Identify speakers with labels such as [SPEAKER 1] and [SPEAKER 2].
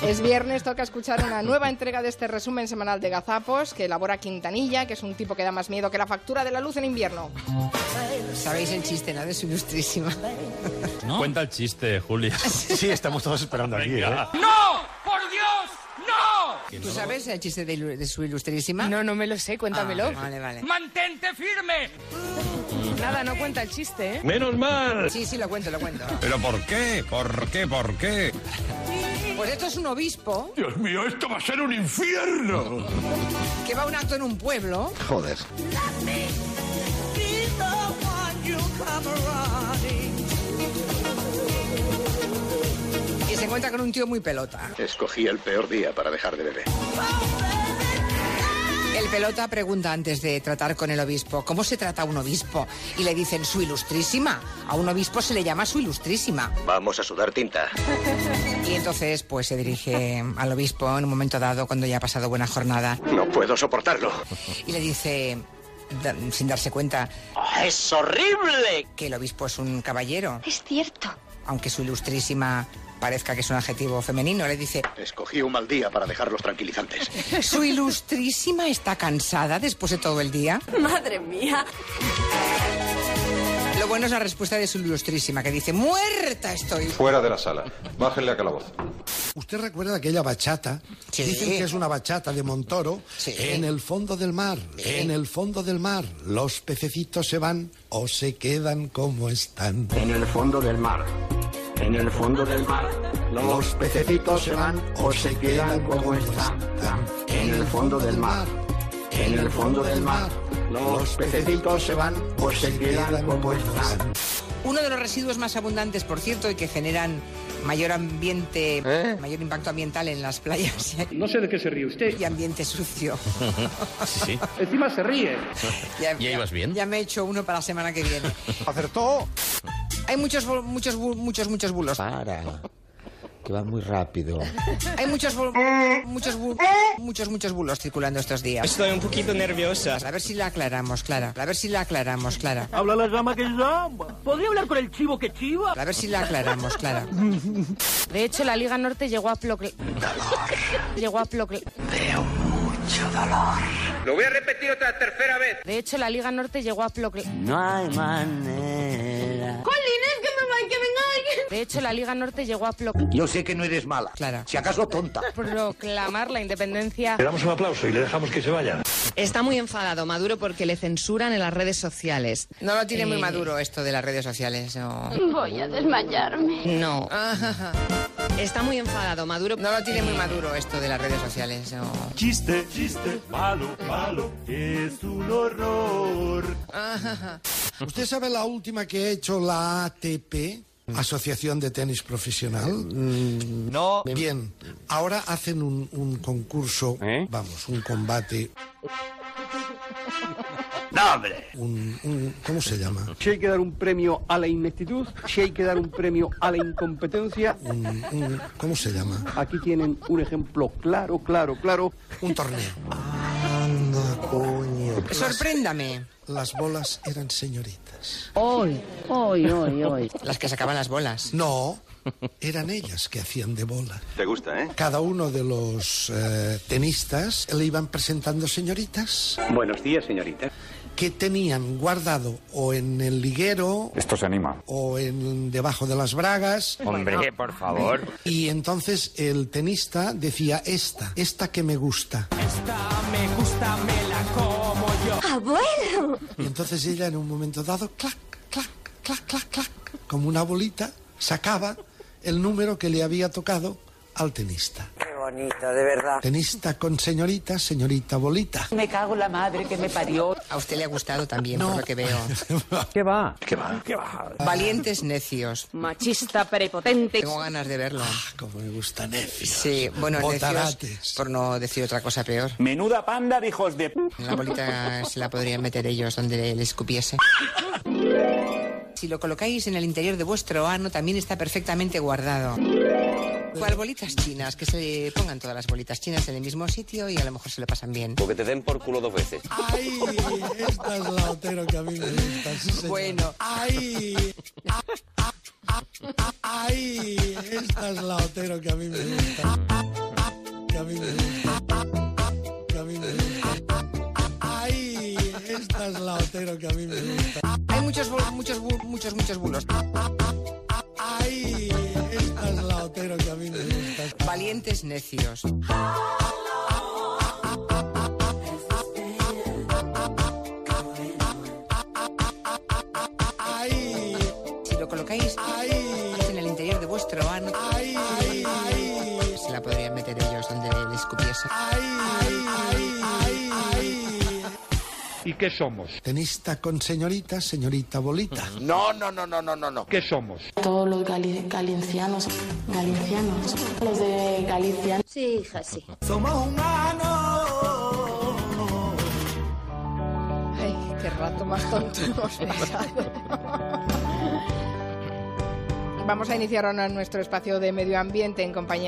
[SPEAKER 1] Es viernes, toca escuchar una nueva entrega de este resumen semanal de Gazapos que elabora Quintanilla, que es un tipo que da más miedo que la factura de la luz en invierno.
[SPEAKER 2] Sabéis el chiste, ¿no? De su ilustrísima.
[SPEAKER 3] ¿No? Cuenta el chiste, Julia.
[SPEAKER 4] Sí, estamos todos esperando aquí, ¿eh?
[SPEAKER 3] Venga.
[SPEAKER 5] ¡No! ¡Por Dios! ¡No!
[SPEAKER 2] ¿Tú sabes el chiste de, ilu- de su ilustrísima?
[SPEAKER 6] No, no me lo sé,
[SPEAKER 2] Ah,
[SPEAKER 6] cuéntamelo.
[SPEAKER 2] vale, vale.
[SPEAKER 5] ¡Mantente firme!
[SPEAKER 6] Nada, no cuenta el chiste, ¿eh?
[SPEAKER 7] Menos mal.
[SPEAKER 2] Sí, sí, lo cuento, lo cuento.
[SPEAKER 8] ¿Pero por qué? ¿Por qué? ¿Por qué?
[SPEAKER 2] Pues esto es un obispo
[SPEAKER 7] Dios mío, esto va a ser un infierno.
[SPEAKER 2] que va a un acto en un pueblo
[SPEAKER 4] Joder.
[SPEAKER 2] y se encuentra con un tío muy pelota.
[SPEAKER 9] Escogí el peor día para dejar de beber.
[SPEAKER 2] El pelota pregunta antes de tratar con el obispo, ¿cómo se trata a un obispo? Y le dicen, su ilustrísima. A un obispo se le llama su ilustrísima.
[SPEAKER 9] Vamos a sudar tinta.
[SPEAKER 2] Y entonces, pues se dirige al obispo en un momento dado, cuando ya ha pasado buena jornada,
[SPEAKER 9] No puedo soportarlo.
[SPEAKER 2] y le dice, da- sin darse cuenta,
[SPEAKER 9] ¡Oh, ¡Es horrible!
[SPEAKER 2] que el obispo es un caballero,
[SPEAKER 10] Es cierto.
[SPEAKER 2] aunque su ilustrísima parezca que es un adjetivo femenino. Le dice,
[SPEAKER 9] Escogí un mal día para dejar los tranquilizantes.
[SPEAKER 2] su ilustrísima está cansada después de todo el día.
[SPEAKER 10] Madre mía.
[SPEAKER 2] Lo bueno es la respuesta de su ilustrísima, que dice, muerta estoy.
[SPEAKER 8] Fuera de la sala. Bájenle a calabozo.
[SPEAKER 11] ¿Usted recuerda aquella bachata?
[SPEAKER 2] Sí.
[SPEAKER 11] Dicen que es una bachata de Montoro.
[SPEAKER 2] Sí.
[SPEAKER 11] En el fondo del mar, en el fondo del mar, los pececitos se van o se quedan como están.
[SPEAKER 9] En el fondo del mar. En el fondo del mar.
[SPEAKER 11] Los pececitos se van o se quedan como están. En el fondo del mar, en el fondo del mar, los pececitos se van o se quedan como están.
[SPEAKER 2] Uno de los residuos más abundantes, por cierto, y que generan mayor ambiente,
[SPEAKER 11] ¿Eh?
[SPEAKER 2] mayor impacto ambiental en las playas
[SPEAKER 5] No sé de qué se ríe usted.
[SPEAKER 2] y ambiente sucio.
[SPEAKER 3] Sí, sí.
[SPEAKER 5] Encima se ríe.
[SPEAKER 2] Ya,
[SPEAKER 3] ¿Ya ibas bien?
[SPEAKER 2] Ya me he hecho uno para la semana que viene.
[SPEAKER 4] Acertó.
[SPEAKER 2] Hay muchos, bu- muchos, bu- muchos, muchos bulos.
[SPEAKER 11] Para, que va muy rápido.
[SPEAKER 2] Hay muchos, bu- muchos, bu- muchos, muchos bulos circulando estos días.
[SPEAKER 5] Estoy un poquito nerviosa.
[SPEAKER 2] A ver si la aclaramos, Clara. A ver si la aclaramos, Clara.
[SPEAKER 5] Habla la dama que llama. ¿Podría hablar con el chivo que chiva?
[SPEAKER 2] A ver si la aclaramos, Clara.
[SPEAKER 6] De hecho, la Liga Norte llegó a ploc... Llegó a ploc...
[SPEAKER 7] Lo voy a repetir otra tercera vez.
[SPEAKER 6] De hecho, la Liga Norte llegó a ploc...
[SPEAKER 5] No hay manera.
[SPEAKER 6] De hecho, la Liga Norte llegó a ploc...
[SPEAKER 9] Yo sé que no eres mala.
[SPEAKER 2] Clara.
[SPEAKER 9] Si acaso tonta.
[SPEAKER 6] proclamar la independencia.
[SPEAKER 7] Le damos un aplauso y le dejamos que se vaya.
[SPEAKER 12] Está muy enfadado Maduro porque le censuran en las redes sociales.
[SPEAKER 2] No lo tiene muy
[SPEAKER 12] Eh,
[SPEAKER 2] maduro esto de las redes sociales. No,
[SPEAKER 10] Voy a desmayarme.
[SPEAKER 12] No. Está muy enfadado Maduro.
[SPEAKER 2] no lo tiene muy maduro esto de las redes sociales. No.
[SPEAKER 7] Chiste, chiste, malo, malo, es un horror.
[SPEAKER 11] ¿Usted sabe la última que ha hecho la ATP? Asociación de Tenis Profesional.
[SPEAKER 4] No.
[SPEAKER 11] Bien, ahora hacen un, un concurso, vamos, un combate,
[SPEAKER 7] No, hombre.
[SPEAKER 11] un, un- ¿cómo se llama?
[SPEAKER 5] Si hay que dar un premio a la ineptitud, si hay que dar un premio a la incompetencia,
[SPEAKER 11] Un, un- ¿Cómo se llama?
[SPEAKER 5] aquí tienen un ejemplo claro, claro, claro.
[SPEAKER 11] Un torneo. Anda, coño. Las,
[SPEAKER 2] Sorpréndame.
[SPEAKER 11] las bolas eran señoritas.
[SPEAKER 5] Hoy, hoy, hoy, hoy.
[SPEAKER 2] Las que sacaban las bolas.
[SPEAKER 11] No, eran ellas que hacían de bola.
[SPEAKER 9] ¿Te gusta, eh?
[SPEAKER 11] Cada uno de los eh, tenistas le iban presentando señoritas
[SPEAKER 9] Buenos días, señorita.
[SPEAKER 11] que tenían guardado o en el liguero
[SPEAKER 8] Esto se anima.
[SPEAKER 11] o en debajo de las bragas
[SPEAKER 3] Hombre, por favor.
[SPEAKER 11] Y entonces el tenista decía esta, esta que me gusta.
[SPEAKER 10] Abuelo.
[SPEAKER 11] Y entonces ella en un momento dado, clac, clac, clac, clac, clac, como una bolita, sacaba el número que le había tocado al tenista.
[SPEAKER 2] Qué bonito, de verdad.
[SPEAKER 11] Tenista con señorita, señorita bolita.
[SPEAKER 5] Me cago la madre que me parió.
[SPEAKER 2] A usted le ha gustado también, por lo que veo.
[SPEAKER 5] ¿Qué va?
[SPEAKER 2] Valientes necios.
[SPEAKER 6] Machista, prepotente.
[SPEAKER 2] Tengo ganas de verlo.
[SPEAKER 11] Como Ah, me gusta necios.
[SPEAKER 2] Sí, bueno, necios,
[SPEAKER 11] Botarates.
[SPEAKER 2] por no decir otra cosa peor.
[SPEAKER 7] Menuda panda de hijos de...
[SPEAKER 2] La bolita se la podrían meter ellos donde le escupiese. Si lo colocáis en el interior de vuestro ano, también está perfectamente guardado. ¿Cuál bolitas chinas? Que se pongan todas las bolitas chinas en el mismo sitio y a lo mejor se lo pasan bien.
[SPEAKER 9] Porque te den por culo dos veces.
[SPEAKER 11] ¡Ay! Esta es la Otero que a mí me gusta, sí, señor.
[SPEAKER 2] Bueno.
[SPEAKER 11] ¡Ay! A- a- a- a- ¡Ay! Esta es la Otero que a mí me gusta. que a mí me gusta. Ay, esta es la Otero que a mí me gusta.
[SPEAKER 2] Hay muchos, bu- muchos, bu- muchos, muchos bulos.
[SPEAKER 11] Ay, esta es la Otero que a mí me gusta.
[SPEAKER 2] Valientes necios.
[SPEAKER 11] Ay,
[SPEAKER 2] Si lo colocáis en el interior de vuestro ano, se la podrían meter ellos donde le escupiese.
[SPEAKER 9] ¿Y qué somos?
[SPEAKER 11] Tenista con señorita, señorita bolita.
[SPEAKER 9] No, no, no, no, no, no, no. ¿Qué somos?
[SPEAKER 10] Todos los galicianos, galicianos, los de Galicia. Sí, hija, sí.
[SPEAKER 11] Somos humanos.
[SPEAKER 1] Ay, qué rato más tonto hemos pasado. Vamos a iniciar ahora nuestro espacio de medio ambiente en compañía